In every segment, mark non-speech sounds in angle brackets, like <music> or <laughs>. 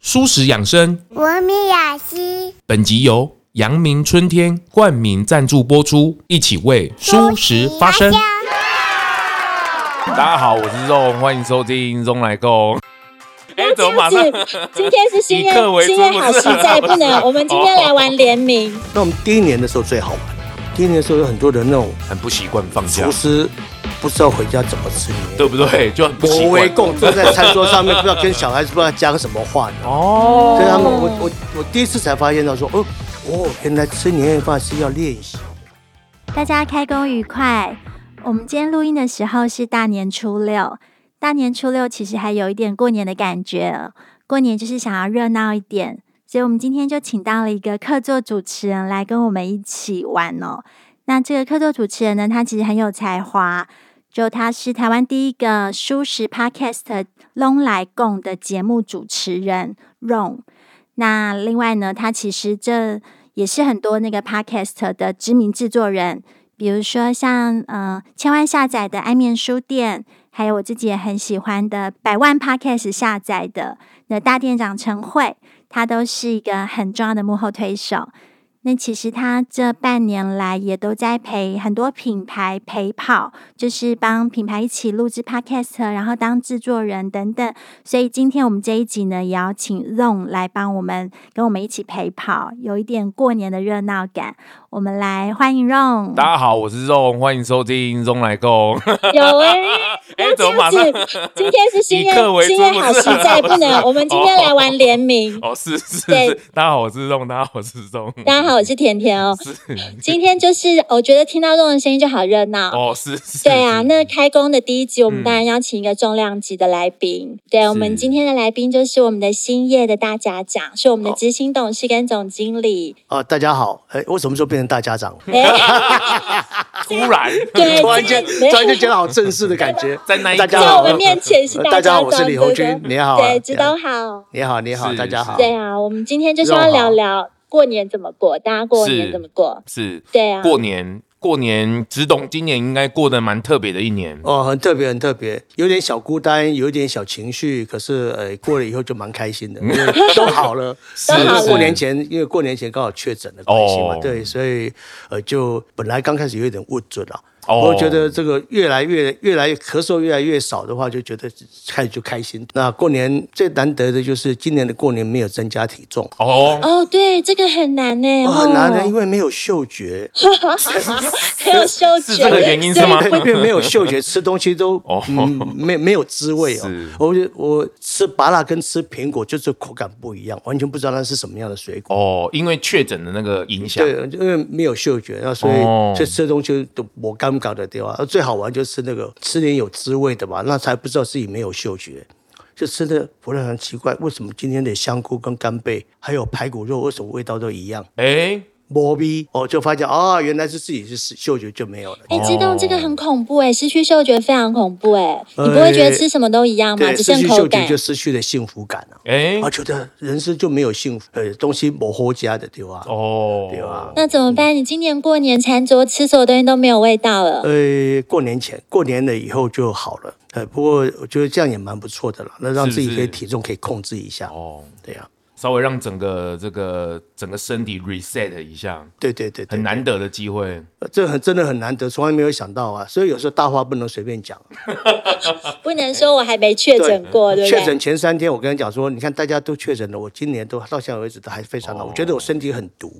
舒适养生。文明雅集，本集由阳明春天冠名赞助播出，一起为舒适发声。大家好，我是肉，欢迎收听中来购。哎、这样子，今天是新以客为任尊新任好不是啊实在不能， <laughs> 我们今天来玩联名，那我们第一年的时候最好玩，第一年的时候有很多的那种很不习惯放假厨，师不知道回家怎么吃年夜对不对？就很不习国威惯。共 <laughs> 坐在餐桌上面，不知道跟小孩子不知道讲什么话呢。哦，所以他们，我我我第一次才发现到说，哦哦，原来吃年夜饭是要练习。大家开工愉快！我们今天录音的时候是大年初六，大年初六其实还有一点过年的感觉，过年就是想要热闹一点，所以我们今天就请到了一个客座主持人来跟我们一起玩哦。那这个客座主持人呢，他其实很有才华，就他是台湾第一个舒适 Podcast《龙来共》的节目主持人 Ron。那另外呢，他其实这也是很多那个 podcast 的知名制作人，比如说像呃千万下载的安眠书店，还有我自己也很喜欢的百万 podcast 下载的那大店长陈慧，他都是一个很重要的幕后推手。那其实他这半年来也都在陪很多品牌陪跑，就是帮品牌一起录制 podcast，然后当制作人等等。所以今天我们这一集呢，也要请 Zong 来帮我们跟我们一起陪跑，有一点过年的热闹感。我们来欢迎 Zong。大家好，我是肉，欢迎收听中来购。有哎、哎那怎这么马样上子，今天是新以客为任尊新任好不是实在不 <laughs> 能，我们今天来玩联名。哦，是是是对，大家好，我是肉，大家好，我是肉。大家好，我是甜甜哦。 <laughs> 是今天就是我觉得听到这种声音就好热闹。哦，是是。对啊，是那开工的第一集，我们嗯当然邀请一个重量级的来宾。对，我们今天的来宾就是我们的兴业的大家长，是我哦们的执行董事跟总 <laughs> 经理。啊、大家好，哎，我什么时候变成大家长？哎， <laughs> 突然 <laughs> 对，突然间，这个突然间觉得好正式的感觉。在那一大在家好我们面前 <laughs> 是呃大大家好，家我是长，李侯对军不，对你好，对，知道好。你好，你好，是大家好。对啊，我们今天就是要聊聊过年怎么过，大家过年是怎么过？是对嗯啊，过年，过年，直董今年应该过得蛮特别的一年。哦，很特别，很特别，有点小孤单，有点小情绪，可是呃，过了以后就蛮开心的， <laughs> 因为都好了。是都好了过年前，因为过年前刚好确诊的关系嘛，哦对，所以呃，就本来刚开始有一点误准了。哦我觉得这个越来越越来越咳嗽越来越少的话，就觉得开始就开心。那过年最难得的就是今年的过年没有增加体重，哦，哦，对，这个很难呢，哦、很难的，<laughs> 因哦为没有嗅觉，很有嗅觉，是这个原因是吗对对， <laughs> 因为没有嗅觉，吃东西都 <laughs> 哦嗯，没没有滋味哦是。我就我吃芭乐跟吃苹果就是口感不一样，完全不知道那是什么样的水果。哦，因为确诊的那个影响，对，因为没有嗅觉，那所以哦就吃东西都我尴尬的地方。啊最好玩就吃那个吃点有滋味的吧，那才不知道自己没有嗅觉。就吃的我很奇怪，为什么今天的香菇跟干贝还有排骨肉为什么味道都一样？哎，摸逼哦，就发现啊、原来是自己是嗅觉就没有了。哎，哦知道这个很恐怖哎，失去嗅觉非常恐怖哎，你呃不会觉得吃什么都一样吗？对，只失剩去口嗅感觉。就失去了幸福感啊。哎啊，，觉得人生就没有幸福，呃，东西模糊家的对吧？哦，对啊那怎么办？你今年过年餐桌吃所有东西都没有味道了。呃，过年前，过年了以后就好了。呃，不过我觉得这样也蛮不错的了，那让是自己可以是体重可以控制一下。哦，对呀、稍微让整个这个整个身体 reset 一下，对对对对，很难得的机会。呃，这很真的很难得，从来没有想到啊。所以有时候大话不能随便讲。啊不能说我还没确诊过，对不对？确诊前三天，我跟你讲说，你看大家都确诊了，我今年都到现在为止都还非常哦好，我觉得我身体很毒，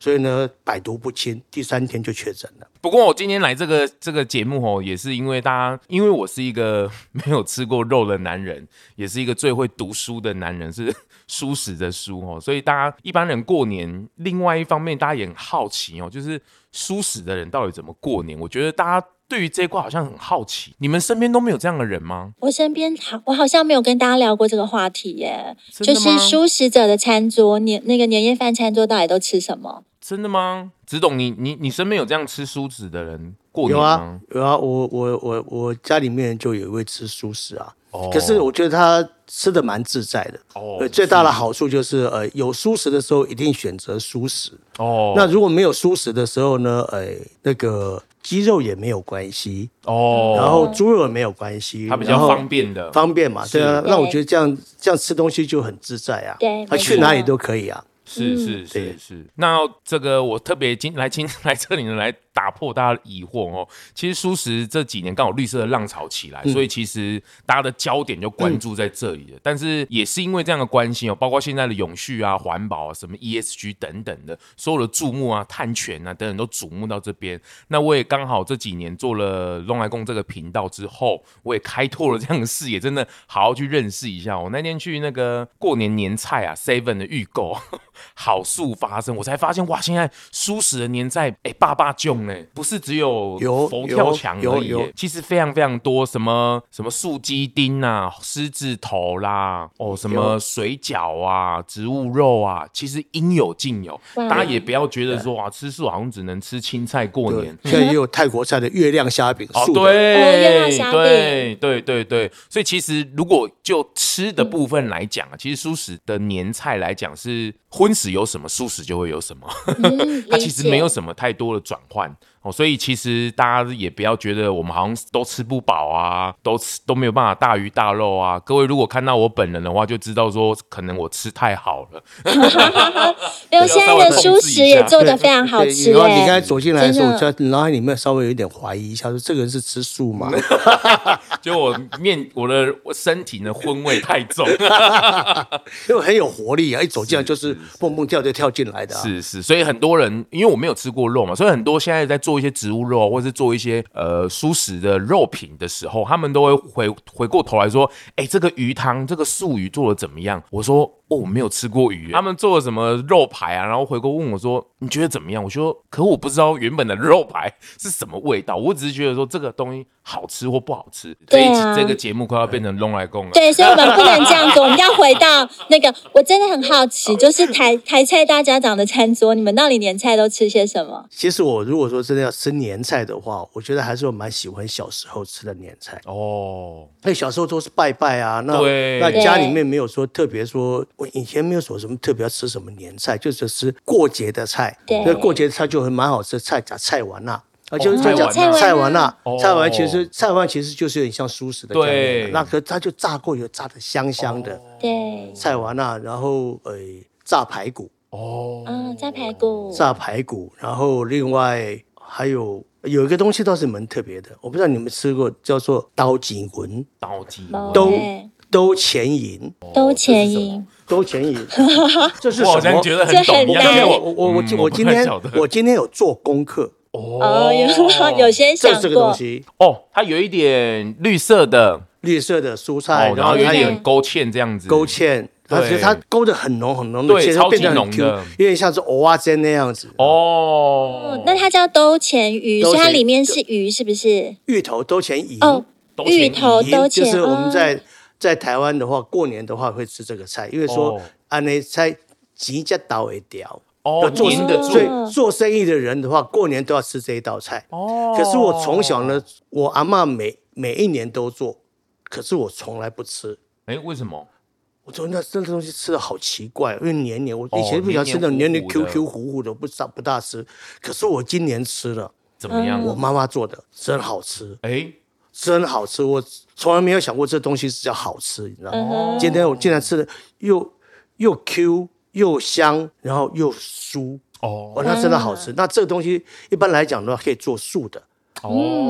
所以呢百毒不侵，第三天就确诊了。不过我今天来这个这个节目哦，也是因为大家，因为我是一个 <laughs> 没有吃过肉的男人，也是一个最会读书的男人，是 <laughs> 书史的书哦，所以大家一般人过年，另外一方面大家也很好奇哦，就是书史的人到底怎么过年？我觉得大家对于这一块好像很好奇，你们身边都没有这样的人吗？我身边好，我好像没有跟大家聊过这个话题耶。真就的吗是素食者的餐桌，年那个年夜饭餐桌到底都吃 <laughs> 什么？真的吗？子董，你你你身边有这样吃梳子的人过年有啊吗？，有啊，我我我我家里面就有一位吃素食啊，哦可是我觉得他吃的蛮自在的。哦呃最大的好处就是呃，有素食的时候一定选择素食，哦，那如果没有素食的时候呢，呃，那个鸡肉也没有关系，哦，然后猪肉也没有关系，它比较然后方便的，方便嘛，对啊。是那我觉得这样这样吃东西就很自在啊，对他没去错哪里都可以啊。是嗯是是对是。那这个我特别今来今来这里呢，来打破大家的疑惑哦。其实素食这几年刚好绿色的浪潮起来，所以其实大家的焦点就关注在这里了。但是也是因为这样的关系哦，包括现在的永续啊、环保啊、什么 ESG 等等的，所有的注目啊、碳权啊等等都瞩目到这边。那我也刚好这几年做了龙来共这个频道之后，我也开拓了这样的视野，真的好好去认识一下。哦我那天去那个过年年菜啊 Seven 的预购， <laughs> 好速发生，我才发现哇，现在舒适的年菜，哎、爸爸囧哎，不是只有有佛有跳墙而有已有欸，其实非常非常多，什么什么素鸡丁啊、狮子头啦，哦，什么有水饺啊、植物肉啊，其实应有尽有。哇大家也不要觉得说哇，吃素好像只能吃青菜过对年，，嗯现在也有泰国菜的月亮虾饼，哦，素的月亮对，虾对，对，对，对，所以其实如果就吃嗯的部分来讲啊，其实素食的年菜来讲是荤食有什么，素食就会有什么，嗯，它理其实解没有什么太多的转换哦，所以其实大家也不要觉得我们好像都吃不饱啊，都吃都没有办法大鱼大肉啊。各位如果看到我本人的话，就知道说可能我吃太好了，没有，现稍在的微蔬控制一食也下做对的非常好对吃然后你哎刚才走进来的时候，我真的在脑海里面稍微有一点怀疑一下，说这个人是吃素吗？就我面我的我身体呢荤味太重。因为很有活力啊，一走进来就是蹦蹦跳就跳进来的、啊。是是，所以很多人因为我没有吃过肉嘛，所以很多现在在做一些植物肉，啊或是做一些呃蔬食的肉品的时候，他们都会回回过头来说，哎、这个鱼汤，这个素鱼做的怎么样？我说哦，我没有吃过鱼，他们做了什么肉排啊？然后回过问我说，你觉得怎么样？我说，可我不知道原本的肉排 <laughs> 是什么味道，我只是觉得说这个东西好吃或不好吃。所以对啊这个节目快要变成弄来供了。对，所以我们不能这样子，我们要回到那个，我真的很 <laughs> 好奇，就是台台菜大家长的餐桌，你们到底年菜都吃些什么？其实我如果说真的要吃年菜的话，我觉得还是我蛮喜欢小时候吃的年菜。哦，那小时候都是拜拜啊，那对那家里面没有说特别说，我以前没有说什么特别要吃什么年菜，就是吃过节的菜。对那过节的菜就很蛮好吃，菜夹菜丸呐、啊，就是菜叫丸啊菜丸呐哦，菜丸其实菜丸其实就是有点像素食的概念对哦啊，那可它就炸过油，炸的香香的对，菜丸呐，然后呃炸排骨，哦，嗯，炸排骨，炸排骨，然后另外还有有一个东西倒是蛮特别的，我不知道你们吃过，叫做刀脊魂、刀鸡毛都哎兜钱银、都前银，兜 <laughs> 钱银，这是什我么？好像觉得很这懂很一样，难因为我我我嗯我不今太天晓得我今天有做功课，哦， <laughs> 有有些这想这个东过，西，哦，它有一点绿色的，绿色的蔬菜，哦，然哎然后后有一它有点勾芡这样子，勾芡，它对其实它勾的很浓很浓的对芡，其实超级变得浓很 Q，的有点像是蚵仔煎那样子。哦哦，那它叫兜钱鱼，兜所以它钱里面是鱼，是不是？芋头兜钱银，哦，都芋前头银兜就钱，是我们哦在在台湾的话，过年的话会吃这个菜，因为哦说安尼菜急着倒会掉。哦，做您的所以做做生意的人的话，过年都要吃这一道菜。哦可是我从小呢，我阿嬷每每一年都做，可是我从来不吃。哎，为什么？我说那那东西吃的好奇怪，因为黏黏，我哦以前不喜欢吃那种黏黏黏黏糊糊的 Q Q 糊糊的，不大不大吃。可是我今年吃了，怎么样？嗯我妈妈做的真好吃，哎，真好吃。我从来没有想过这东西是叫好吃，你知道吗？嗯今天我竟然吃的又又 Q 又香，然后又酥，哦嗯哦，那真的好吃。那这个东西一般来讲的话，可以做素的。嗯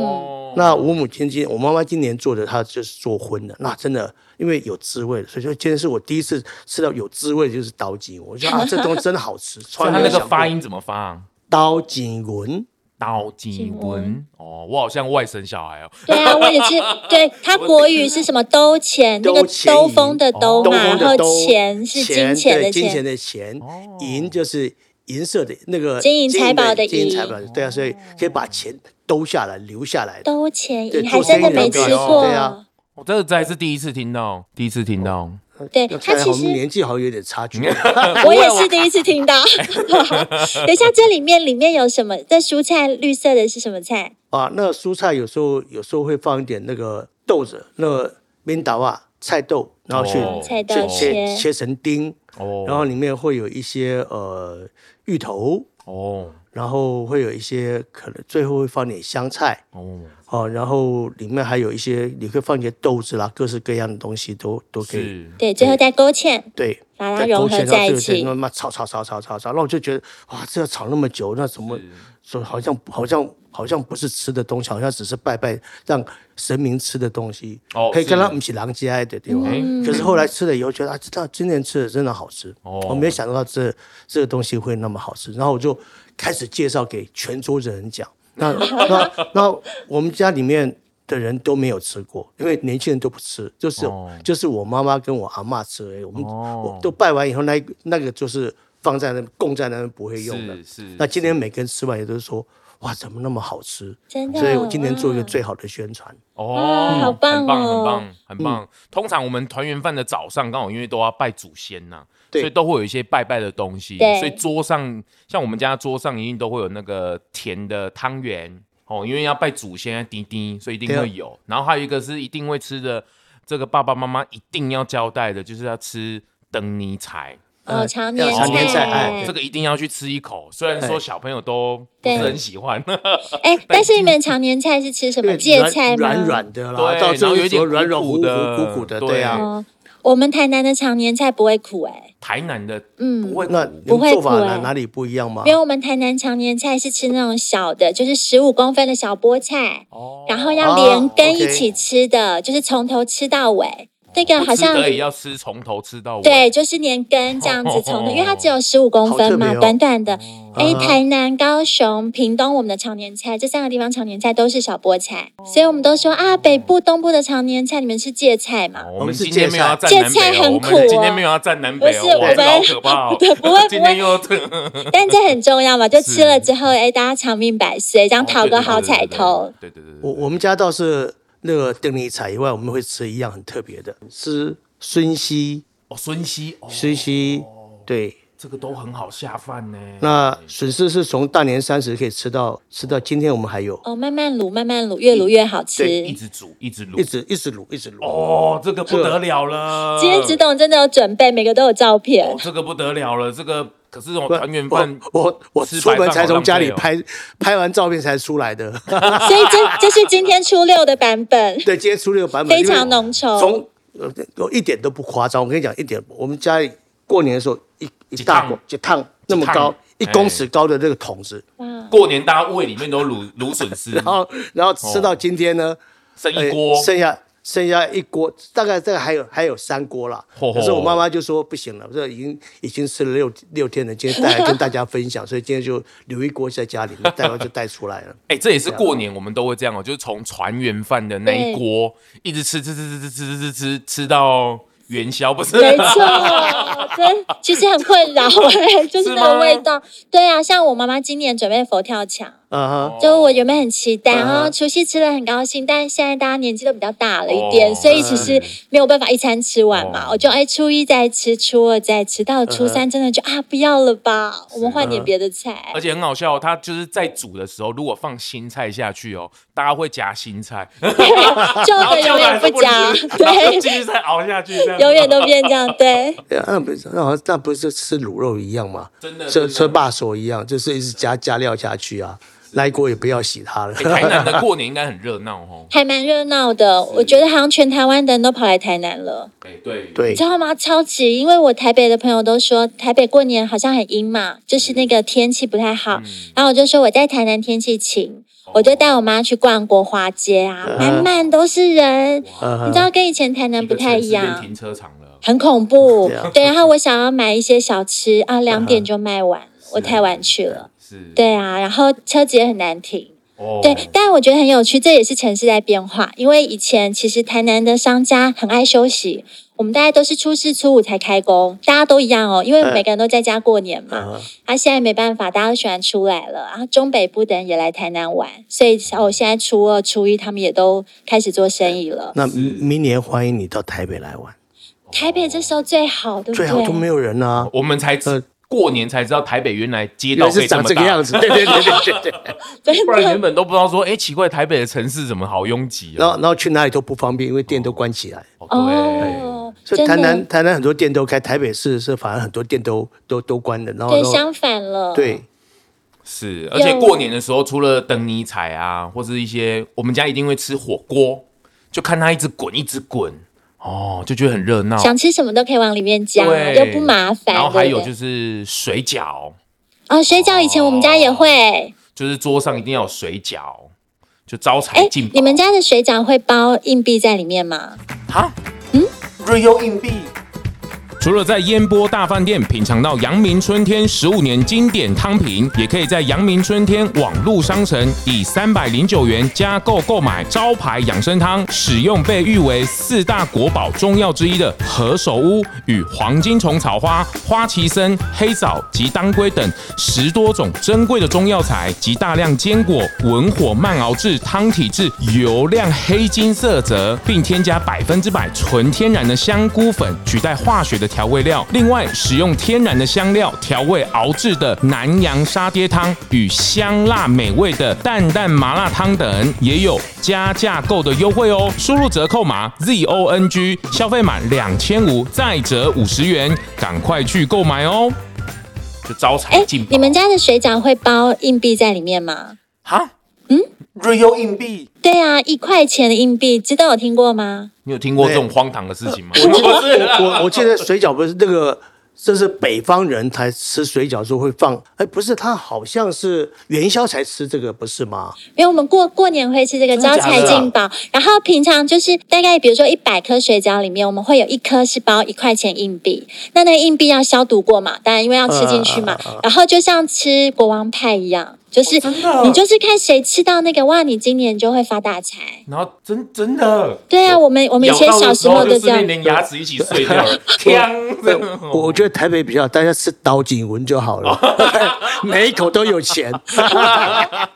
哦，那我母亲今我妈妈今年做的，她就是做荤的，那真的因为有滋味，所以说今天是我第一次吃到有滋味的就是刀筋，我觉得啊，这东西真的好吃，所从以来它没有那想个过发音怎么发啊？刀筋纹，刀鸡文哦，我好像外省小孩哦，对 <laughs> 啊，我也是。对，它国语是什么？兜钱，那个兜钱兜风的兜东嘛，风然的后兜，钱是金钱对的金钱钱。的钱，哦银就是银色的那个金银财宝的金银财银宝的，对啊，所以可以哦把钱兜下来留下来的。兜钱对银还做真的生意没人吃都要过。对啊我哦这个还是第一次听到，第一次听到。对那它看来其我们实年纪好像有点差距。嗯我 <laughs> 也是第一次听到。等一下，这里面里面有什么？这蔬菜绿色的是什么菜？啊，那蔬菜有时候有时候会放一点那个豆子，那个冰岛啊菜豆，然后去、哦菜豆去切切切成丁，哦，然后里面会有一些呃芋头，哦然后会有一些可能最后会放点香菜哦，哦，然后里面还有一些你可以放一些豆子啦，各式各样的东西都都可以。是对，最后再勾芡，对，把它再融勾合芡在到一这起个，。妈炒炒炒炒炒炒，那我就觉得哇，这要炒那么久，那怎么是说好像好像好像不是吃的东西，好像只是拜拜让神明吃的东西。哦可以跟是他们一起狼藉爱的对吧？嗯可是后来吃了以后，觉得啊，这道今年吃的真的好吃。哦我没有想到这这个东西会那么好吃，然后我就开始介绍给全桌的人讲。那那那我们家里面的人都没有吃过，因为年轻人都不吃，就是、哦就是我妈妈跟我阿嬷吃而已。我们、哦我都拜完以后，那一那个就是放在那供在那边不会用的是。是，那今天每个人吃完也都说哇，怎么那么好吃？真的，哦所以我今年做一个哇最好的宣传。哦，好棒很棒，很哦棒，很棒。通常我们团圆饭的早上，刚好因为都要拜祖先呐、对所以都会有一些拜拜的东西。对所以桌上像我们家桌上一定都会有那个甜的汤圆哦，因为要拜祖先，滴滴，所以一定对啊会有。然后还有一个是一定会吃的，这个爸爸妈妈一定要交代的，就是要吃灯泥柴。哦，呃常要年哦常年菜哎菜这，个一定要去吃一口，虽然说对小朋友都不是对很喜欢，哎，但是你们常年菜是吃什因么为芥软菜吗？软软的啦，对到最后然后有一点时候软软苦糊苦糊的鼓鼓的，对对啊。哦，我们台南的常年菜不会苦哎， <laughs> 台南的不嗯，会那苦你们做法不会苦哪欸哪里不一样吗因？为我们台南常年菜是吃那种小的，就是十五公分的小菠菜，哦然后要哦连根一 OK 起吃的，就是从头吃到尾。那个好像吃得也要吃从头吃到尾。对，就是连根这样子从哦头，因为它只有十五公分好嘛，特别哦短短的。哎，啊台南、高雄、屏东，我们的常年菜这三个地方常年菜都是小菠菜，哦所以我们都说啊，北部、东部的常年菜，你们是芥菜嘛哦？我我们们是今天没有要站芥南北菜芥菜哦，很我苦们今天哦没有要站南北哦，不是哇我们这好可怕哦！ <laughs> 不会今不会天又但这很重要嘛，就吃了之后，哎，大家长命百岁，这想样讨个好彩头。。对对对对对对对对对对对对我我们家倒是那个灯泥彩以外，我们会吃一样很特别的，吃孙溪哦，孙熙，哦孙溪，对。这个都很好下饭呢。那笋丝是从大年三十可以吃到吃到今天，我们还有哦，慢慢卤，慢慢卤，越卤越好吃。一直煮，一直一卤。直一直卤一直卤。哦，这个不得了了。今天子董真的有准备，每个都有照片哦，。这个不得了了，这个可是我不团圆饭，我我我吃出白门饭才好浪从家费里哦拍拍完照片才出 <laughs> 来的。所以这这是今天初六的版本，对，今天出这个版本非因为常浓稠从呃我一点都不夸张，我跟你讲一点，我们家里过年的时候一一大锅一烫那么高一一趟哎公尺高的那个桶子，哇，过年大家胃里面都卤卤笋丝，然后然后吃哦到今天呢，剩一呃锅，剩下剩下一锅，大概大概还有还有三锅啦。嚯嚯可是我妈妈就说不行了，这已经已经吃了六六天了，今天 <laughs> 带来跟大家分享，所以今天就留一锅在家里面，待会就带出来 <laughs> 了。哎、这也是过年我们都会这样哦，就是从团圆饭的那一锅一直吃吃吃吃吃吃吃吃吃到元宵，不是？没错，真其实很困扰哎、就是是那吗个味道。对啊，像我妈妈今年准备佛跳墙，哦啊哈。就我原本很期待，嗯然后除夕吃的很高兴，但是现在大家年纪都比较大了一哦点，所以其实没有办法一餐吃完嘛哦。嗯我就哎初一再吃，初二再吃，到了初三真的就啊不要了吧，我们换点别的菜 <laughs> 而。且很好笑、哦，它就是在煮的时候，如果放新菜下去哦，大家会夹新 <laughs> 菜，旧然后的旧永的还远是不加，吃然后对 <laughs> 就，继续再熬下去，这样永远都变这样，对。对啊那不是那好像那不是吃卤肉一样嘛？真的真吃的吃霸手一样，就是一直加加料下去啊，那一锅也不要洗它了。哎台南的过年应该很热闹哦。还蛮热闹的，我觉得好像全台湾的人都跑来台南了，哎、对 <laughs> 对你知，道吗？超级，因为我台北的朋友都说台北过年好像很阴嘛，就是那个天气不太好，然后我就说我在台南天气晴，我就带我妈去逛国华街啊，满满都是人，啊你知道跟以前台南不太一一个城市变样，停车场了。很恐怖对啊。对，然后我想要买一些小吃啊，两点就卖完，我太晚去了。是，对啊，然后车子也很难停。哦，对，但我觉得很有趣，这也是城市在变化。因为以前其实台南的商家很爱休息，我们大家都是初四初五才开工，大家都一样哦，哎因为每个人都在家过年嗯嘛。啊，现在没办法，大家都喜欢出来了。然后中北部的人也来台南玩，所以哦，现在初二、初一他们也都开始做生意了。那明明年欢迎你到台北来玩，台北这时候最好，对不对？最好都没有人啊，我们才知、呃过年才知道台北原来街原道来哦可是以这长么这个大样。子。对对对对对对。不然原本都不知道说，哎、奇怪，台北的城市怎么好拥挤然后啊？然后去哪里都不方便，因为店都关起来。哦，对，哦，所以真的台南台南很多店都开，台北市是反而很多店都都都关了，然后对，都相反了，对，是，而且有过年的时候，除了等你彩啊，或是一些我们家一定会吃火锅，就看它一直滚，一直滚，哦，就觉得很热闹。想吃什么都可以往里面加，对，又不麻烦。然后还有对就不对是水饺，哦，水饺以前我们家也哦会，就是桌上一定要有水饺，就招财哎进宝。，你们家的水饺会包硬币在里面吗？哈？嗯，瑞欧硬币。除了在烟波大饭店品尝到阳明春天十五年经典汤品，也可以在阳明春天网络商城以三百零九元加购购买招牌养生汤，使用被誉为四大国宝中药之一的何首乌与黄金虫草花、花旗参、黑枣及当归等十多种珍贵的中药材及大量坚果，文火慢熬制汤体至油亮黑金色泽，并添加百分之百纯天然的香菇粉取代化学的调味料。另外，使用天然的香料调味熬制的南洋沙爹汤与香辣美味的淡淡麻辣汤等，也有加价购的优惠哦。输入折扣码 Z O N G，消费满两千五再折五十元，赶快去购买哦！就招财哎进宝。，你们家的水饺会包硬币在里面吗？哈？嗯，瑞欧硬币，对啊，一块钱的硬币，知道有听过吗？你有听过这种荒唐的事情吗？呃我我我记得水饺不是那个，这是北方人才吃水饺时候会放，哎，不是，他好像是元宵才吃这个，不是吗？因为我们过过年会吃这个招财进宝，然后平常就是大概比如说一百颗水饺里面，我们会有一颗是包一块钱硬币，那那个硬币要消毒过嘛，当然因为要吃进去嘛，嗯然后就像吃国王派一样，哦就是、你就是看谁吃到那个哇，你今年就会发大财。然后真真的，哦对啊，我们我们以前小时候都这样， <laughs> 连牙齿一起碎 <laughs> 掉了，锵！这样我我觉得台北比较，大家吃刀颈纹就好了，每一口都有钱。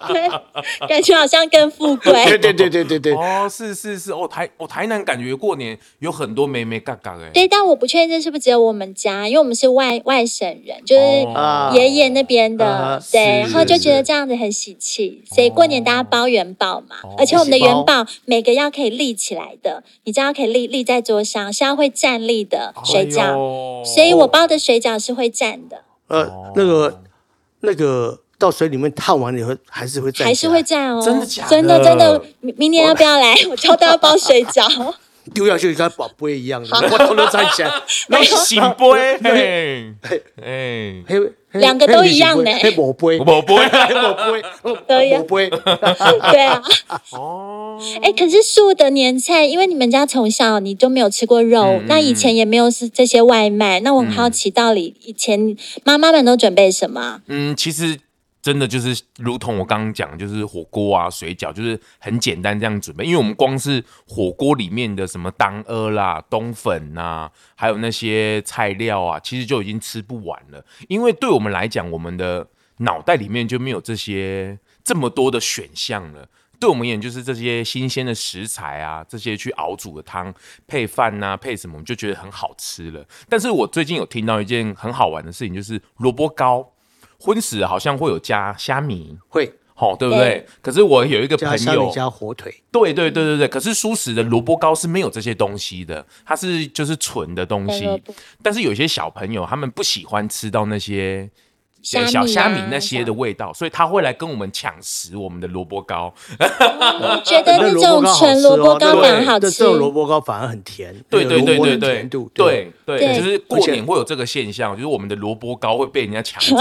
对 <laughs> 感觉好像更富 <laughs> 对贵。对对对对对，哦，是是是，哦台哦台南感觉过年有很多美美嘎嘎哎，对，但我不确定这是不是只有我们家，因为我们是外外省人，就是哦爷爷那边的，啊对，然是后就是觉得这样子很喜气，所以过年大家包元宝嘛，哦而且我们的喜包元宝每个要可以立起来的，你知道可以立立在桌上，是要会站立的水哎饺，呦所以我包的水饺是会站的，呃，那个那个到水里面烫完以后，还是会站起来，还是会站哦，真的假的真的真的明明年要不 <laughs> 要来？我教大家包水饺。 <laughs> 丢下去跟宝贝一样的，我头都站起来。那是醒杯， <laughs> 嘿哎，嘿嘿两个都一样呢嘿，我杯，我宝贝，嘿，哦我杯， <laughs> 都一样我杯，对啊，哦，哎、可是素的年菜，因为你们家从小你就没有吃过肉，嗯那以前也没有是这些外卖，那我很嗯好奇，到底以前妈妈们都准备什么啊？嗯，其实真的就是如同我刚刚讲，就是火锅啊、水饺，就是很简单这样准备。因为我们光是火锅里面的什么当阿啦、冬粉呐、还有那些菜料啊，其实就已经吃不完了。因为对我们来讲，我们的脑袋里面就没有这些这么多的选项了。对我们而言，就是这些新鲜的食材啊，这些去熬煮的汤配饭呐、配什么，我们就觉得很好吃了。但是我最近有听到一件很好玩的事情，就是萝卜糕，荤食好像会有加虾米， <laughs> 会好、对不对？对可是我有一个朋加虾友米，加火腿，对对对对对，可是素食的萝卜糕是没有这些东西的，它是就是纯的东西胡萝卜。但是有些小朋友他们不喜欢吃到那些呃虾米啊小虾米那些的味道，所以他会来跟我们抢食我们的萝卜糕。我觉得那种纯萝卜萝卜糕糕好吃哦蛮好那吃这。种萝卜糕反而很甜，对对对有萝卜对的对甜度，对对，对就是过而且年会有这个现象，就是我们的萝卜糕会被人家抢走。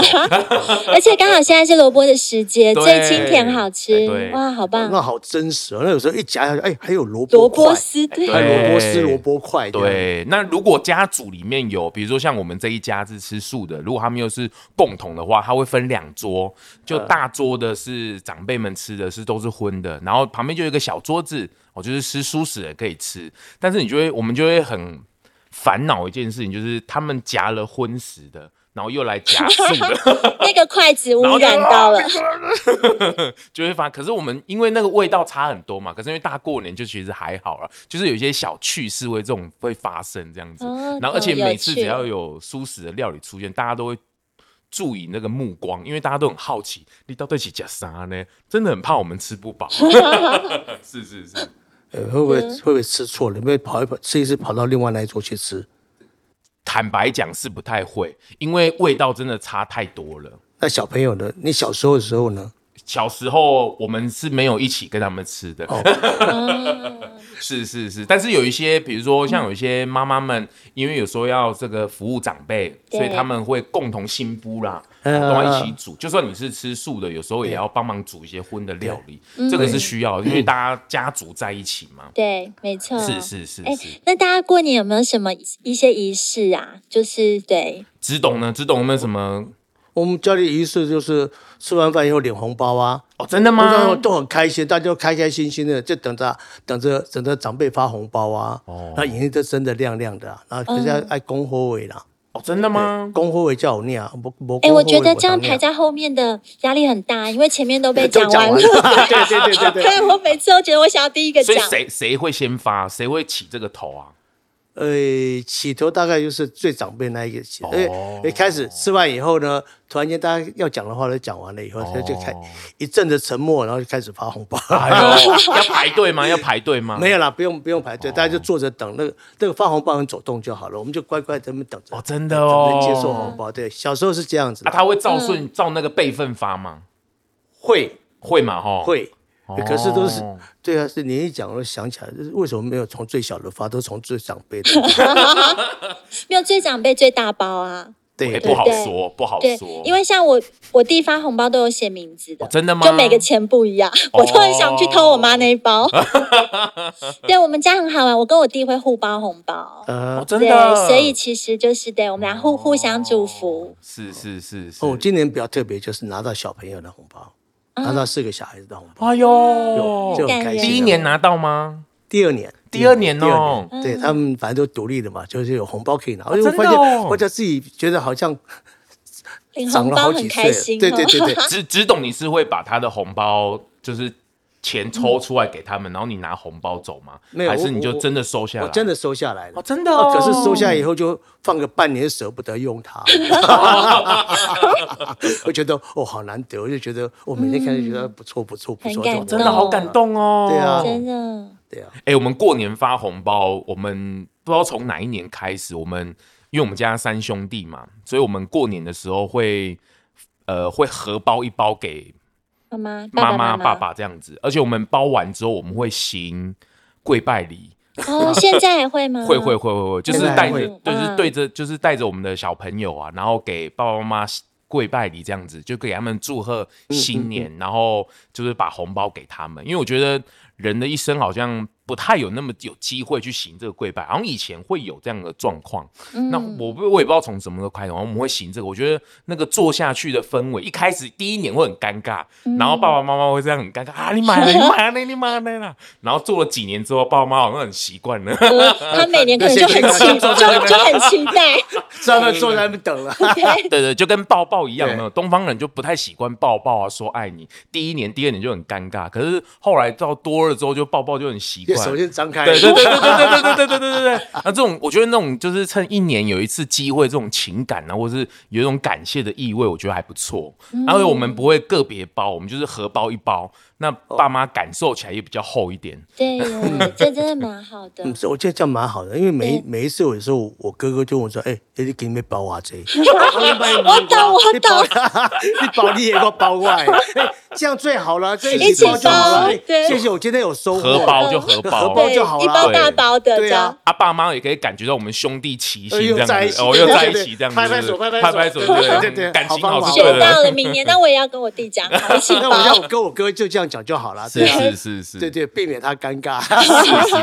而且刚好现在是萝卜的时节，对最清甜好哎吃对，哇，好那棒！好真实哦。那有时候一夹下去，哎，还有萝萝卜卜块，丝对，还有萝卜丝、哎对萝卜块，对，那如果家族里面有，比如说像我们这一家是吃素的，如果他们又是共同的话，他会分两桌，就大桌的是长辈们吃的是都是荤的，然后旁边就有一个小桌子，哦，就是吃素食的可以吃，但是你就会我们就会很烦恼一件事情，就是他们夹了荤食的，然后又来夹素的。那个筷子污染啊到了，啊 <laughs> 就会发。可是我们因为那个味道差很多嘛，可是因为大过年就其实还好了，就是有一些小趣事会这种会发生这样子。哦 <laughs> 然后而且有每次趣只要有素食的料理出现，大家都会。注意那个目光，因为大家都很好 <laughs> 奇，你到底是吃啥呢？真的很怕我们吃不饱。是是是，呃，嗯会不会、会不会吃错了？会不会跑一跑，吃一次跑到另外那一桌去吃？坦白讲是不太会，因为味道真的差太多了。那小朋友呢？你小时候的时候呢？小时候我们是没有一起跟他们吃的，哦 <laughs> 是是是，但是有一些，比如说像有一些妈妈们，因为有时候要这个服务长辈，对所以他们会共同新布啦，都嗯要一起煮。就算你是吃素的，有时候也要帮忙煮一些荤的料理，嗯这个是需要的，因为大家家族在一起嘛。对，没嗯错。是是是哎是，，那大家过年有没有什么一些仪式啊？就是对，子董呢？子董有没有什么？我们家里仪式就是吃完饭以后领红包啊，哦，真的通常吗？都很开心，大家都开开心心的，就等着等着等着长辈发红包啊。哦那眼睛都睁得亮亮的、啊，然后就是要爱恭贺尾啦。哦，真的吗？恭贺尾叫我念啊，不不。哎，恭贺我尾觉得这样不念排在后面的压力很大，因为前面 <laughs> 都被都讲完了。了。对对对对，对对。 <laughs> 我每次都觉得我想要第一个所讲以。谁谁会先发？谁会起这个头啊？呃，起头大概就是最长辈那一个起，哦因为一开始吃完以后呢，突然间大家要讲的话都讲完了以后，哦他就开一阵的沉默，然后就开始发红包。哎呦，要排队吗？要排队吗？ <laughs> 没有啦，不用不用排哦队，大家就坐着等那个那个发红包人走动就好了，我们就乖乖在那边等着哦，，真的等哦着，哎接受红包。对，小时候是这样子啊，的，他会照顺、嗯照那个辈分发吗？会会嘛，哈，。会，可是都是哦对啊，是你一讲我就想起来，就是为什么没有从最小的发，都从最长 <laughs> 辈的？没有最长辈最大包啊。哎、对，不好对说，不好对说，，因为像我我弟发红包都有写名字的，哦真的吗就每个钱不一样，哦我都很想去偷我妈那 <laughs> 一包。对我们家很好玩，我跟我弟会互包红包。哦呃，真对的，，哦所以其实就是对我们俩互互相祝福。是是是是，哦，我今年比较特别，就是拿到小朋友的红包，拿到四个小孩子的红包，哎呦，就很感嗯开人心啊。第一年拿到吗？第二年，第二年哦第二年对他们反正都独立的嘛，就是有红包可以拿。真的我发哦，现，我就自己觉得好像领长红了包好很几开岁心、了，哦，对对对对 <laughs> 只只懂你是会把他的红包就是钱抽出来给他嗯们，然后你拿红包走吗？没有还是我你就我真的收下来？我真的收下来哦，了。真的哦，可是收下以后就放个半年，舍不得用它。 <laughs> 我觉得哦，好难得，我就觉得我每天看就觉得不错，不错，不嗯错，很感这种真的好感动哦，对 <laughs> 啊真的对啊，哎、我们过年发红包，我们不知道从哪一年开始，我们因为我们家三兄弟嘛，所以我们过年的时候会，呃，会合包一包给妈妈、妈爸爸妈妈、爸爸这样子，而且我们包完之后，我们会行跪拜礼，哦，现在还会吗？ <laughs> 会会会会会，就是带着会，对，就嗯是对着，就是带着我们的小朋友啊，然后给爸爸妈妈跪拜礼这样子，就给他们祝贺新年，然后就是把红包给他们，因为我觉得人的一生好像不太有那么有机会去行这个跪拜，好像以前会有这样的状况。嗯那我不我也不知道从什么时候开始，我们会行这个，我觉得那个做下去的氛围，一开始第一年会很尴尬，嗯然后爸爸妈妈会这样很尴尬啊，你买了，你买了，你买了啦，然后做了几年之后，爸爸妈妈好像很习惯了。呃他每年可能就很期，就就很期待。专门坐在那边等了。 <laughs> 对对，就跟抱抱一样，对没有东方人就不太习惯抱抱啊，说爱你。第一年、第二年就很尴尬，可是后来到多了之后，就抱抱就很习就 <laughs> 惯。首先张开，对对对对对对对对对对对对。那这种，我觉得那种就是趁一年有一次机会，这种情感啊，或者是有一种感谢的意味，我觉得还不错。嗯然后我们不会个别包，我们就是合包一包，那爸妈感受起来也比较厚一点。对耶，这真的蛮好的。嗯，是我觉得这样蛮好的，因为每一对每一次有的时候，我哥哥就问我说：“哎、欸，你给你们包我 <laughs> 这？” <laughs> 我 <laughs> 懂，我你包 <laughs> 懂。你包你也给我包过来， <laughs> 哎这样最好了，这一一起起包就好了。包哎对谢谢，我今天有收获。合包就合包，合对，就好啦一包大包的这对样啊。啊，爸妈也可以感觉到我们兄弟齐心哎这又在样一子，起哦，对又对在一对起这样子，拍拍手拍拍拍手，手对对对，对感情好好棒好是对棒学的到了，明年那我也要跟我弟讲，好一起那我让包。我跟我哥就这样讲就好了，是对啊是是是，对对，避免他尴尬。是是。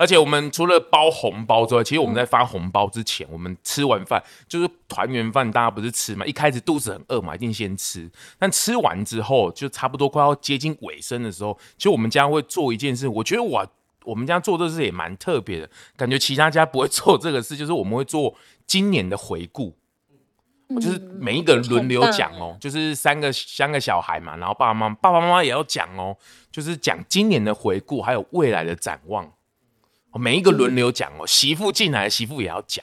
而且我们除了包红包之外，其实我们在发红包之前，我们吃完饭就是团圆饭，大家不是吃嘛？一开始肚子很饿嘛，一定先吃。但吃完之后，就差不多快要接近尾声的时候，其实我们家会做一件事，我觉得我我们家做这事也蛮特别的，感觉其他家不会做这个事，就是我们会做今年的回顾。就是每一个人轮流讲很哦，就是三个三个小孩嘛，然后爸爸妈妈爸爸妈妈也要讲哦，就是讲今年的回顾，还有未来的展望。哦每一个轮流讲哦，媳妇进来，媳妇也要讲。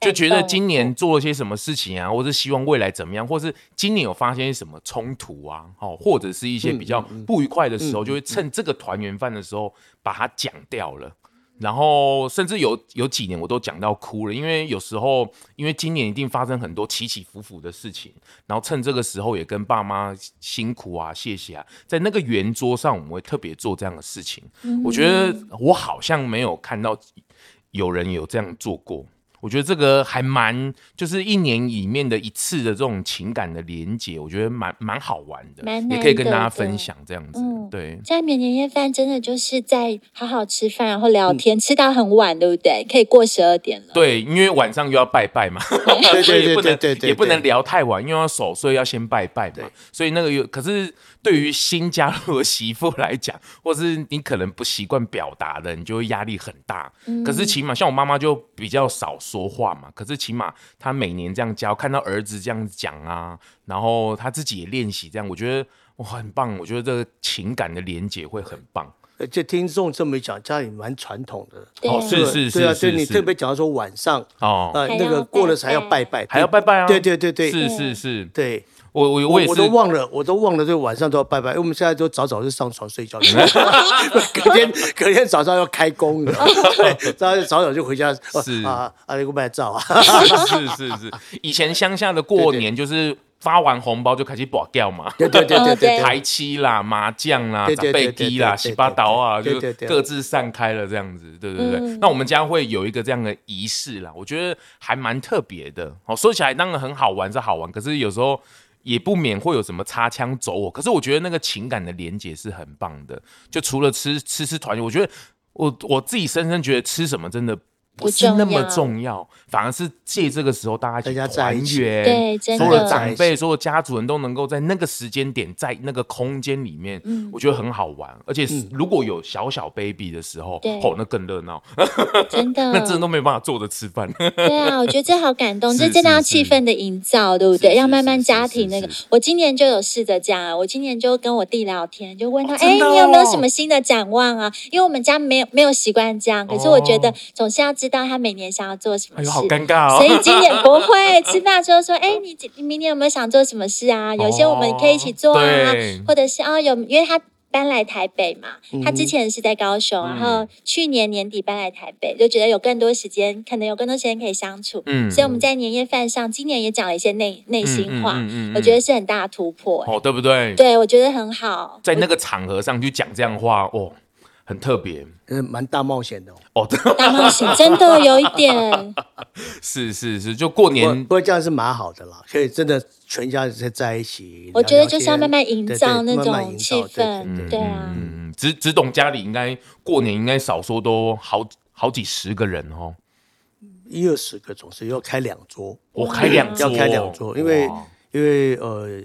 就觉哎得懂今年做了些什么事情啊，或是希望未来怎么样，或是今年有发现什么冲突啊，哦，或者是一些比较不愉快的时候，就会趁这个团圆饭的时候把它讲掉了。然后甚至有有几年我都讲到哭了，因为有时候因为今年一定发生很多起起伏伏的事情，然后趁这个时候也跟爸妈辛苦啊、谢谢啊，在那个圆桌上我们会特别做这样的事情。嗯我觉得我好像没有看到有人有这样做过。我觉得这个还蛮，就是一年里面的一次的这种情感的连结，我觉得蛮蛮好玩的，蛮也可以跟难大家得的分享这样子。嗯对，在免年夜饭真的就是在好好吃饭，然后嗯聊天，吃到很晚，对不对？可以过十二点了。对，因为晚上又要拜拜嘛， <laughs> 对所以对不对能对对，也不能对聊太晚，因为要守岁要先拜拜嘛对。所以那个有，可是对于新加入的媳妇来讲，或是你可能不习惯表达的，你就会压力很大。可是起码像我妈妈就比较少说话嘛，可是起码她每年这样教，看到儿子这样讲啊，然后她自己也练习这样，我觉得哇很棒，我觉得这个情感的连接会很棒。而且听众呃这么一讲，家里蛮传统的。对哦啊，是对对啊，是对是你是特别讲到说晚上，哦，呃，还那要个过了拜才要拜拜，还要拜拜啊？对对对对是是是，对，我我我也我是都忘了，我都忘了，对，晚上都要拜拜，因为我们现在都早早就上床睡 <laughs> 觉去了，隔天隔天早上要开 <laughs> 工了，对，早上早早就回家，哦是啊啊，那个卖照啊， <laughs> 是是是，以前乡下的过年就是发完红包就开始拔掉嘛。对对对对哦对对台七啦、麻将啦、对长对辈对对机啦、对对洗八刀啊，对就对对嗯对各自散开了这样子，对对对。那我们家会有一个这样的仪式啦，我觉得还蛮特别的。哦，说起来当然很好玩是好玩，可是有时候也不免会有什么擦枪走火。可是我觉得那个情感的连结是很棒的，就除了吃吃吃团圆，我觉得我我自己深深觉得吃什么真的。不不是重那么要重要，反而是借这个时候大家一大起家在团一起圆，对真所有的的长辈、所有家族人都能够在那个时间点，在那个空间里面，嗯我觉得很好玩。而且是如果有小小 baby 的时候，对嗯哦，那更热闹，真 <laughs> 的，那真的都没办法坐着吃饭。 <laughs> 对啊，我觉得这好感动，是这真的要是气是氛的营造，对不是对？是要慢慢是家是庭是那个是。我今年就有试着这样啊，我今年就跟我弟聊天，就问他，哦哎、真的你有没有哦什么新的展望啊？因为我们家没有没有习惯这样，可是我觉得哦总是要知道他每年想要做什么哎事。呦，好尴尬所以哦！今年不会吃饭的时 <laughs> 候说，哎、你今你明年有没有想做什么事啊？有些我们可以一起做啊，哦对嗯或者是哦有，因为他搬来台北嘛，他之前是在高雄，然后去年年底搬来台北，就觉得有更多时间，可能有更多时间可以相处，嗯所以我们在年夜饭上，今年也讲了一些内内心话，嗯嗯嗯嗯我觉得是很大的突破、哎哦，对不对？对我觉得很好，在那个场合上去讲这样话，哦，很特别。嗯，蛮大冒险的哦，哦，大冒 <laughs> 险真的有一 <laughs> 点，是是是，就过不过不年过这样是蛮好的啦，可以真的全家在在一起，我觉得聊聊就是要天慢慢营对对造那慢慢种营气造对对氛，对对啊，嗯，嗯只只懂家里应该过年应该少说都好好几十个人哦。一二十个总是要开两桌，我开嗯两桌，哦要开两桌，因为哇因为呃，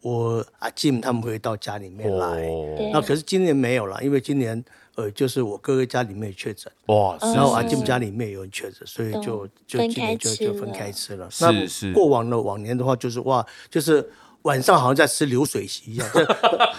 我阿进他们会到家里面来，哦那可是今年没有了，因为今年呃，就是我哥哥家里面也确诊，哇，嗯是然后是阿进家里面有人确诊，所以就哦懂就分今开年就吃就分了开吃了。是那是过往的往年的话，就是哇，就是晚上好像在吃流水席一 <laughs> 样，这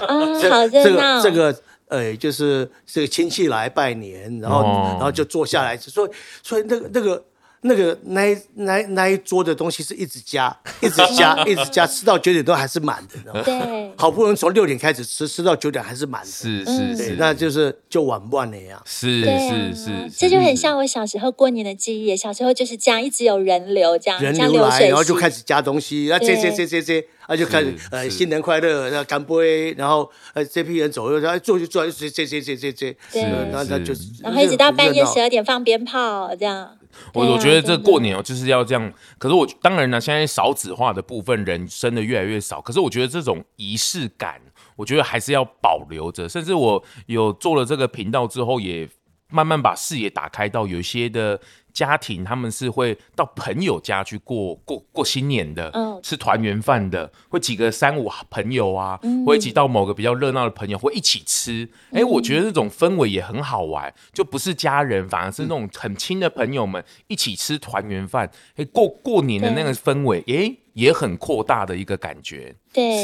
嗯啊，好这热这闹个，这个呃，就是这个亲戚来拜年，然后、哦然后就坐下来吃，所以所以那个那个那个那一那一那一桌的东西是一直加，一直加，一直加，吃到九点都还是满的，你知 <laughs> 道吗对。好不容易从六点开始吃，吃到九点还是满的，是嗯是对是，，那就是就晚不晚了呀。是对啊是是，这就很是嗯像我小时候过年的记忆。小时候就是这样，一直有人流，这样人像流流来，水然后就席开始加东西，那啊这这这这这，啊就开始是呃是新年快乐，然后干杯，然后呃这批人走，然后坐就坐，哎这这这这这这，对然后那就是，然后一直到半夜十二，二点放鞭炮，这样。我对啊我觉得这真的过年哦就是要这样。可是我当然呢，现在少子化的部分人生的越来越少，可是我觉得这种仪式感，我觉得还是要保留着。甚至我有做了这个频道之后，也慢慢把视野打开到有一些的家庭，他们是会到朋友家去过过过新年的，嗯吃团圆饭的，会几个三五朋友啊，会嗯一起到某个比较热闹的朋友会一起吃。哎、我觉得这种氛围也很好玩，就不是家人，反而是那种很亲的朋友们一起吃团圆饭。哎，过过年的那个氛围，哎，也很扩大的一个感觉。是对，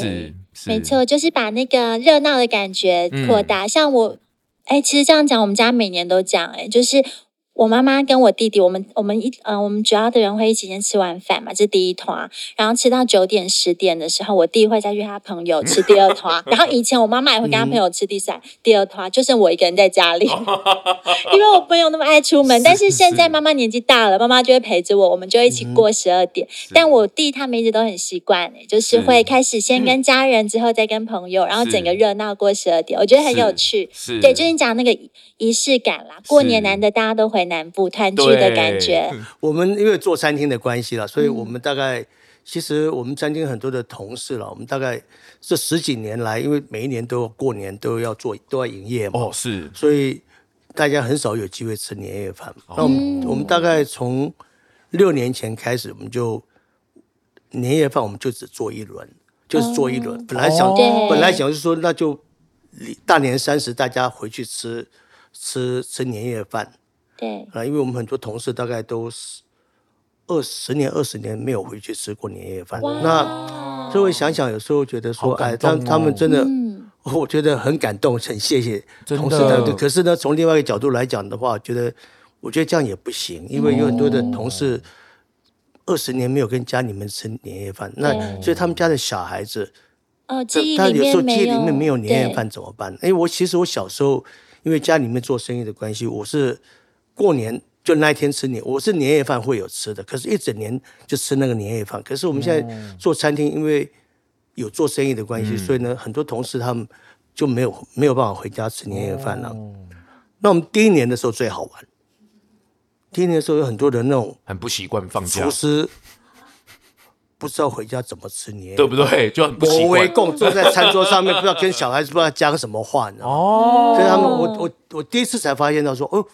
是，嗯没错，就是把那个热闹的感觉扩大。像我，哎，其实这样讲，我们家每年都讲，哎，就是。我妈妈跟我弟弟，我们我们一呃，我们主要的人会一起先吃完饭嘛，这是第一团，然后吃到九点十点的时候，我弟会再约他朋友吃第二 <laughs> 团，然后以前我妈妈也会跟嗯他朋友吃第三、第二团，就剩我一个人 <laughs> 在家里，因为我没有那么爱出门。是但是现在是嗯妈妈年纪大了，妈妈就会陪着我，我们就一起过十二点。但我弟他们一直都很习惯、欸，就是是嗯会开始先跟家人，之后再跟朋友，然后是整个热闹过十二点，我觉得很有趣。是对，就是你讲那个仪仪式感啦，过年难得大家都回南部团聚的 <laughs> 感觉，我们因为做餐厅的关系了，所以我们大概、其实我们餐厅很多的同事了，我们大概这十几年来，因为每一年都有过年都要做都要营业嘛，哦，是所以大家很少有机会吃年夜饭。那我们、我们大概从六年前开始，我们就年夜饭我们就只做一轮，就是做一轮。本来想、对本来想是说那就大年三十大家回去吃吃吃年夜饭，对，啊，因为我们很多同事大概都是二十年、二十年没有回去吃过年夜饭，那哇，就会想想，有时候觉得说，好感哎，他动他们哦真的，嗯， <laughs> 我觉得很感动，很谢谢真同事的的。可是呢，从另外一个角度来讲的话，觉得我觉得这样也不行，因为有很多哦的同事二十年没有跟家里面吃年夜饭，那对所以他们家的小孩子。哦，记忆他里有时候面记没忆有，里面没有年夜对饭怎么办？因为我其实我小时候，因为家里面做生意的关系，我是过年就那一天吃年，我是年夜饭会有吃的，可是一整年就吃那个年夜饭。可是我们现在哦做餐厅，因为有做生意的关系，嗯所以呢，很多同事他们就没有没有办法回家吃年夜饭了。哦那我们第一年的时候最好玩，第一年的时候有很多人那种很不习惯放假厨，师不知道回家怎么吃年夜饭对不对？就很不习我围惯。共坐在餐桌上面，不 <laughs> 知道跟小孩子不知道讲什么话呢。哦，哦，所以他们，我我我第一次才发现到说，哦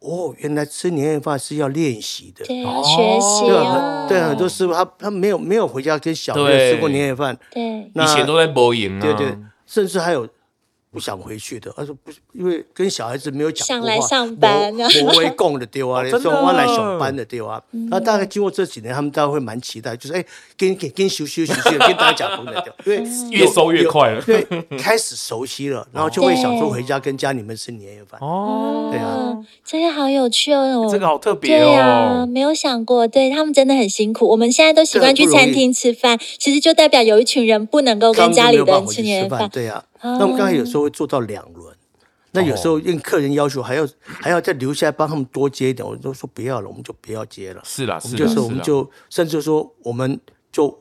哦，原来吃年夜饭是要练习的。对，啊哦要学习对啊，很对很多师傅他他没有没有回家跟小朋友对吃过年夜饭，对，那以前都在播赢啊，对对，甚至还有不想回去的，他说不是，因为跟小孩子没有讲过话，想来上班我我会供 <laughs> 的丢啊，哦真的说我来上班的丢啊。嗯那大概经过这几年，他们大概会蛮期待，就是哎，给给给你休息休息， <laughs> 跟大家讲不能丢，因为 <laughs> 越收越快了对，开始熟悉了，然后就会想说回家跟家里面吃年夜饭。哦，对啊，嗯，这个好有趣哦，这个好特别对啊，哦，没有想过，对他们真的很辛苦。我们现在都习惯去餐厅吃饭，其实就代表有一群人不能够他跟们家没里有的办人法吃去年吃夜饭，饭。对啊。哦那我们刚才有时候会做到两轮，那哦有时候应客人要求还要还要再留下来帮他们多接一点，我都说不要了，我们就不要接了。是啦，我是们啦，就是啦我们就甚至说我们就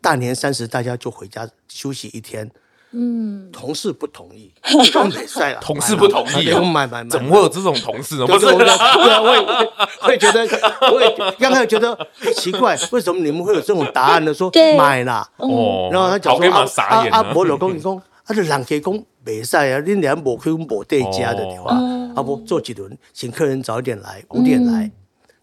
大年三十大家就回家休息一天。嗯，同事不同 <laughs> 意，就没赛了。同事不同意啊我买买买，怎么会有这种同事呢？对不不是对？我啦，对啊，我也我也觉得，我也刚开始觉得哎奇怪，为什么你们会有这种答案呢？说对买啦，哦，然后他讲陶根说嘛啊傻眼啊，了啊，，我老公你讲，啊，就人家讲袂使啊，你俩无去无对家的对吧？哦啊不，做几轮，请客人早一点来，五点来。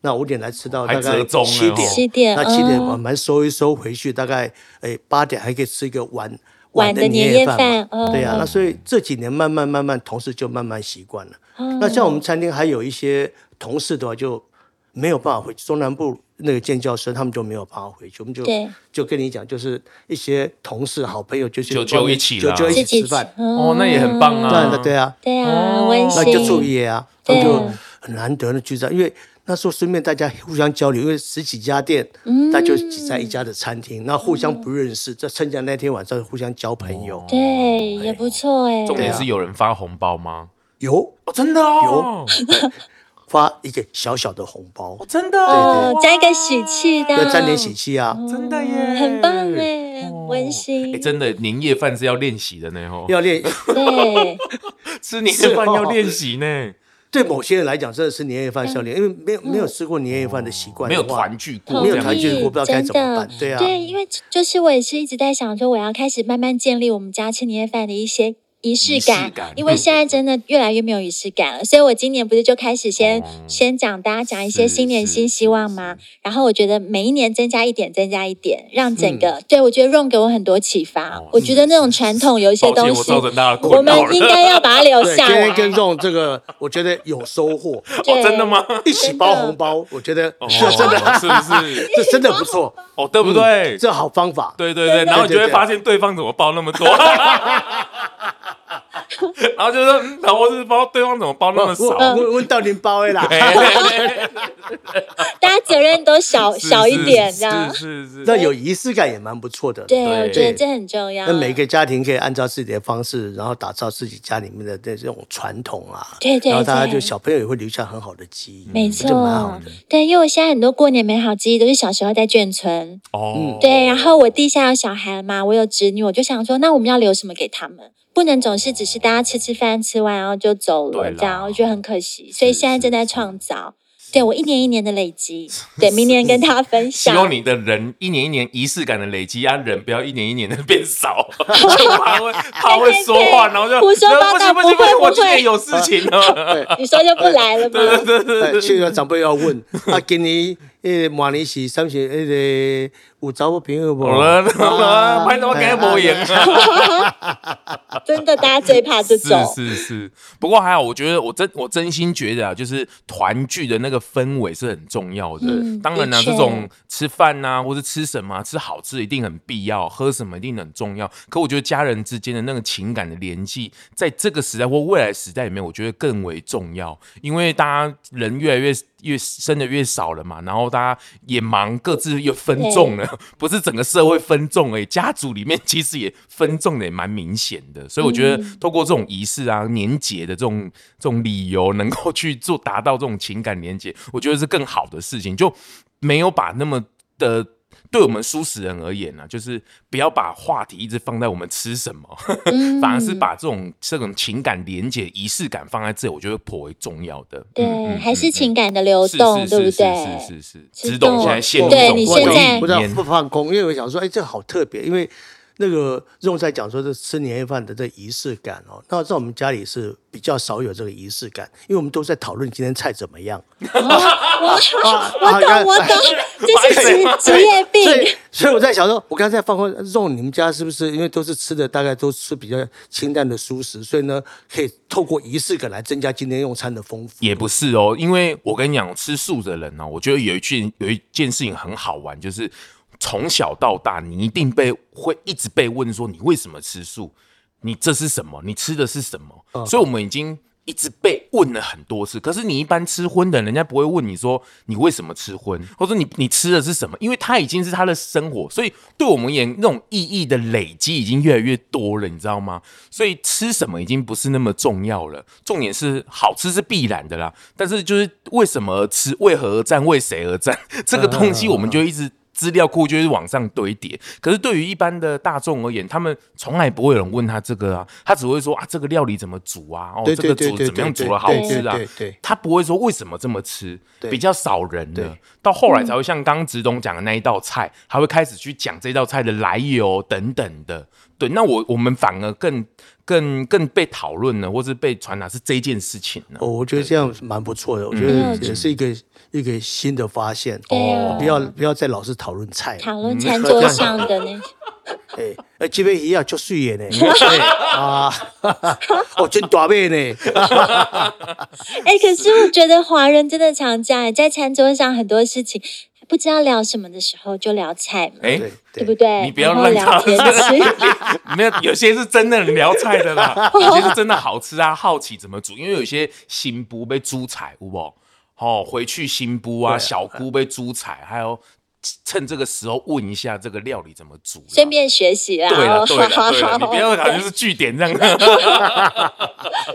那五点来吃到大还折概中了七点，哦嗯七点那七点嗯我们收一收回去，大概诶八点还可以吃一个晚晚的的年夜夜饭饭嗯嘛。对啊呀，那所以这几年慢慢慢慢，同事就慢慢习惯了。哦那像我们餐厅还有一些同事的话，就没有办法回去中南部那个建教生，他们就没有办法回去，我们就对就跟你讲，就是一些同事好朋友就去就就一起就啦就自己一起吃饭，哦，那也很棒对啊啊，哦对啊，对啊，温馨。那就住夜啊，他们对就很难得的聚在，因为那时候顺便大家互相交流，因为十几家店，嗯大家就挤在一家的餐厅，那互相不认识，在趁着那天晚上互相交朋哦友，对，也不错哎。重点对是有人发红包吗？有哦，真的哦，发一个小小的红包哦，真的哦哦，，加一个喜气的，要沾点喜嗯气啊，嗯真的耶，很棒哎，温哎馨。真的年夜饭是要练习的呢哦，要练。对，吃年夜饭要练习呢，对某些人来讲，真的是年夜饭笑脸，因为没有嗯没有吃过年夜饭的习惯没的话，有团聚过，没有这样团聚子过不知道该怎么办真的对啊对，因为就是我也是一直在想说，我要开始慢慢建立我们家吃年夜饭的一些。仪式仪感式，感 <laughs> 因为现在真的越来越没有仪式感了，所以我今年不是就开始先、哦先讲大家讲一些是新年是新希望是吗？然后我觉得每一年增加一点，增加一点，让嗯整个、对我觉得 Ron 给我很多启发。哦我觉得那种传统有一些抱歉东我西，造成大家的我困们扰哦了应该要把 <laughs> 它留对，今下来天。跟肉这个，我觉得有收获，哦，真的吗？一起包红包，我觉得哦，这真的， <laughs> 是不是？ <laughs> 这真的不错，嗯哦， <laughs> 对不对？这好方法。 <laughs> 对对对，然后你就会发现对方怎么报那么多，然后就说，嗯，老婆是包对方怎么包那么我嗯少？我问到您包的啦。哎对大家 <laughs> 责任都小是小一点，是这样。是是那是，有仪式感也蛮不错的。对，对我觉得这很重要。那每个家庭可以按照自己的方式，然后打造自己家里面的这种传统啊。对对然后大家对就小朋友也会留下很好的记忆。没这蛮好错的，对，因为我现在很多过年美好记忆都是小时候在眷村，哦，对，然后我地下有小孩嘛，我有侄女，我就想说，那我们要留什么给他们？不能总是只是大家吃吃饭，吃完然后就走对了，啦这样我觉得很可惜。所以现在正在创造，对我一年一年的累积，对，明年跟大家分希享。望你的人一年一年仪式感的累积，啊，人不要一年一年的变 <laughs> 少，就怕会怕会说话，然后就胡说八道不行不行不会行，我不今会年有事情了，你说就不来 <laughs> 了吗？哎，现在长辈要问啊，今年诶，马年是三十那个有找我朋友不？好了好哦了，嗯拍什么干博言啊？ <laughs> 真的，大家最怕这种。是是是，不过还好，我觉得我真我真心觉得啊，就是团聚的那个氛围是很重要的。嗯当然啦、啊的确这种吃饭呐、或是吃什么啊、吃好吃的一定很必要，喝什么一定很重要。可我觉得家人之间的那个情感的联系，在这个时代或未来时代里面，我觉得更为重要，因为大家人越来越。越生的越少了嘛，然后大家也忙，各自又分众了，不是整个社会分众而已，家族里面其实也分众的也蛮明显的，所以我觉得嗯透过这种仪式啊、年节的这种这种理由，能够去做达到这种情感连接，我觉得是更好的事情，就没有把那么的。对我们舒适人而言呢、啊，就是不要把话题一直放在我们吃什么，嗯反而是把这种这种情感连接、仪式感放在这，我觉得颇为重要的。对，嗯嗯还是嗯情感的流是动，是对不是对？是是是是，知只懂道现在现对懂你过现了在一不知道年不放空，因为我想说，哎，这好特别，因为那个用在讲说这吃年夜饭的这仪式感哦，那在我们家里是比较少有这个仪式感，因为我们都在讨论今天菜怎么 <laughs> 样。我啊啊啊懂，我懂，哎这是职职业病所。以，所以我在想说，我刚才放空肉，你们家是不是因为都是吃的，大概都吃比较清淡的蔬食，所以呢，可以透过仪式感来增加今天用餐的丰富。也不是哦，因为我跟你讲，吃素的人呢、哦我觉得有一件有一件事情很好玩，就是从小到大，你一定被会一直被问说你为什么吃素，你这是什么，你吃的是什么，所以我们已经。一直被问了很多次，可是你一般吃荤的人，人家不会问你说你为什么吃荤，或者你你吃的是什么，因为他已经是他的生活，所以对我们而言，那种意义的累积已经越来越多了，你知道吗？所以吃什么已经不是那么重要了，重点是好吃是必然的啦。但是就是为什么而吃，为何而战，为谁而战， <laughs> 这个东西我们就一直资料库就是往上堆叠。可是对于一般的大众而言，他们从来不会有人问他这个啊，他只会说啊这个料理怎么煮啊，哦对这个对对煮对怎么样对煮了好对吃啊对对对，他不会说为什么这么吃，对比较少人的。到后来才会像刚刚直董讲的那一道菜，他会开始去讲这道菜的来由等等的。对，那我我们反而更更更被讨论了，或是被传达是这件事情呢。 <laughs> 哦，我觉得这样蛮不错的，我觉得也是一个一个新的发现。嗯哦对啊不要不要再老是讨论菜了，嗯讨论餐桌上的那哎，哎，这边一样就水耶呢， <laughs> 哎啊， <laughs> 哦，真大杯呢，哎、可是我觉得华人真的常这样，在餐桌上很多事情不知道聊什么的时候就聊菜嘛，哎、对对不对，对？你不要然后乱聊讲天 <laughs> 吃，没有，有些是真的聊菜的啦，有些是真的好吃啊，好奇怎么煮，因为有些新布被猪踩，有不？哦，回去新布啊，对啊小姑被猪踩，还有趁这个时候问一下这个料理怎么煮啦。顺便学习啦。 <laughs> <laughs> 对了，哦对了，对了，你不 <laughs> 要好像是据点这样。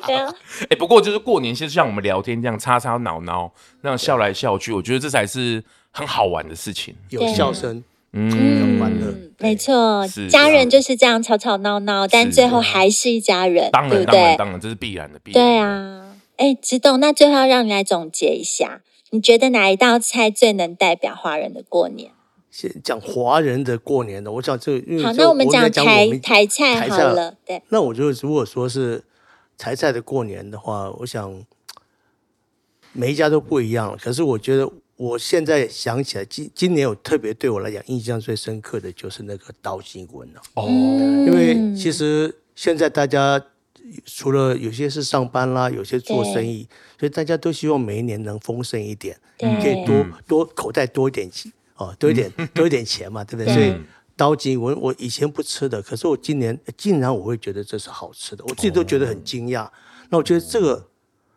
对啊哎、不过就是过年，就像我们聊天这样，插插挠挠，那样笑来笑去，我觉得这才是很好玩的事情。有笑声，嗯，完了嗯没错是，家人就是这样吵吵闹闹，但最后还是一家人，当对然，不当然，对？当然，这是必然的，必然的对，啊，哎，直董，那最后要让你来总结一下，你觉得哪一道菜最能代表华人的过年？先讲华人的过年的，我想这因为好，这那我们在讲讲台我们台菜台好菜啊了，呃对，那我就如果说是台菜的过年的话，我想每一家都不一样。可是我觉得我现在想起来，今今年有特别对我来讲印象最深刻的就是那个刀新啊闻了、哦，嗯因为其实现在大家除了有些是上班啦，有些做生意，所以大家都希望每一年能丰盛一点，对 <laughs> 可以多多口袋多一点钱哦，多一点多一点钱嘛，对不对？所以刀筋，我我以前不吃的，可是我今年呃竟然我会觉得这是好吃的，我自己都觉得很惊讶。那我觉得这个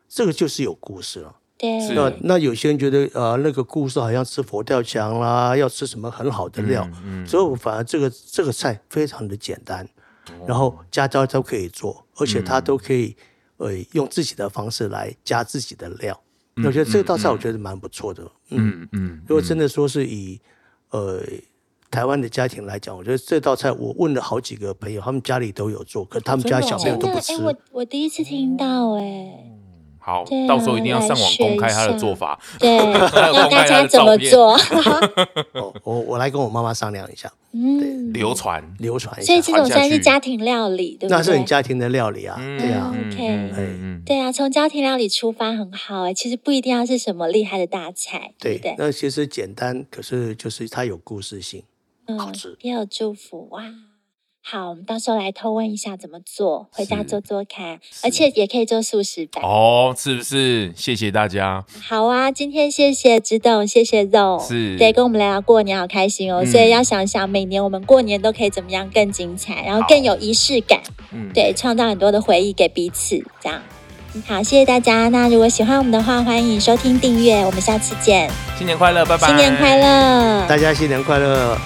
这个就是有故事了。对，是那那有些人觉得呃那个故事好像吃佛跳墙啦，要吃什么很好的料，所以我反而这个这个菜非常的简单，然后家家都可以做，而且它都可以、呃用自己的方式来加自己的料。那我觉得这道菜我觉得蛮不错的。嗯，嗯嗯，如果真的说是以呃台湾的家庭来讲，我觉得这道菜我问了好几个朋友，他们家里都有做，可他们家小朋友真都的不哎吃，。哦我我第一次听到哎，好对，啊到时候一定要上来网学公开一他的下做法。 <laughs> 对，那公大开他家的怎么照片做？ <laughs> 哦我我来跟我妈妈商量一下，嗯，流传，流传一所下以。这传种下算是去家庭料理，对不对？那是你家庭的料理啊，嗯对啊。嗯 OK 嗯嗯嗯对啊，从家庭料理出发很好哎、其实不一定要是什么厉害的大菜，对对不对，？那其实简单，可是就是它有故事性。好嗯吃，也有祝福哇。好，我们到时候来偷问一下怎么做，回家是做做看，而且也可以做素食版。哦，是不是？谢谢大家，好啊，今天谢谢指董，谢谢 Zong，是对，跟我们聊聊过年，好开心哦。嗯所以要想想每年我们过年都可以怎么样更精彩，然后更有仪式感，嗯，对，创造很多的回忆给彼此，这样。嗯好，谢谢大家。那如果喜欢我们的话，欢迎收听订阅，我们下次见，新年快乐，拜拜，新年快乐。大家新年快乐！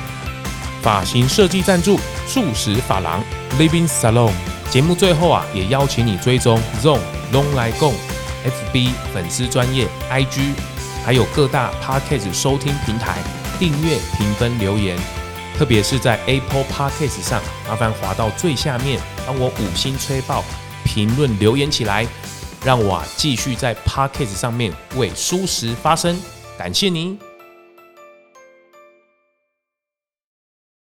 发型设计赞助素食发廊 Living Salon。节目最后啊，也邀请你追踪 Zone Long 来共 FB 粉丝专业 IG，还有各大 Podcast 收听平台订阅、评分、留言。特别是在 Apple Podcast 上，麻烦滑到最下面，帮我五星吹爆，评论留言起来，让我啊继续在 Podcast 上面为舒适发声。感谢您。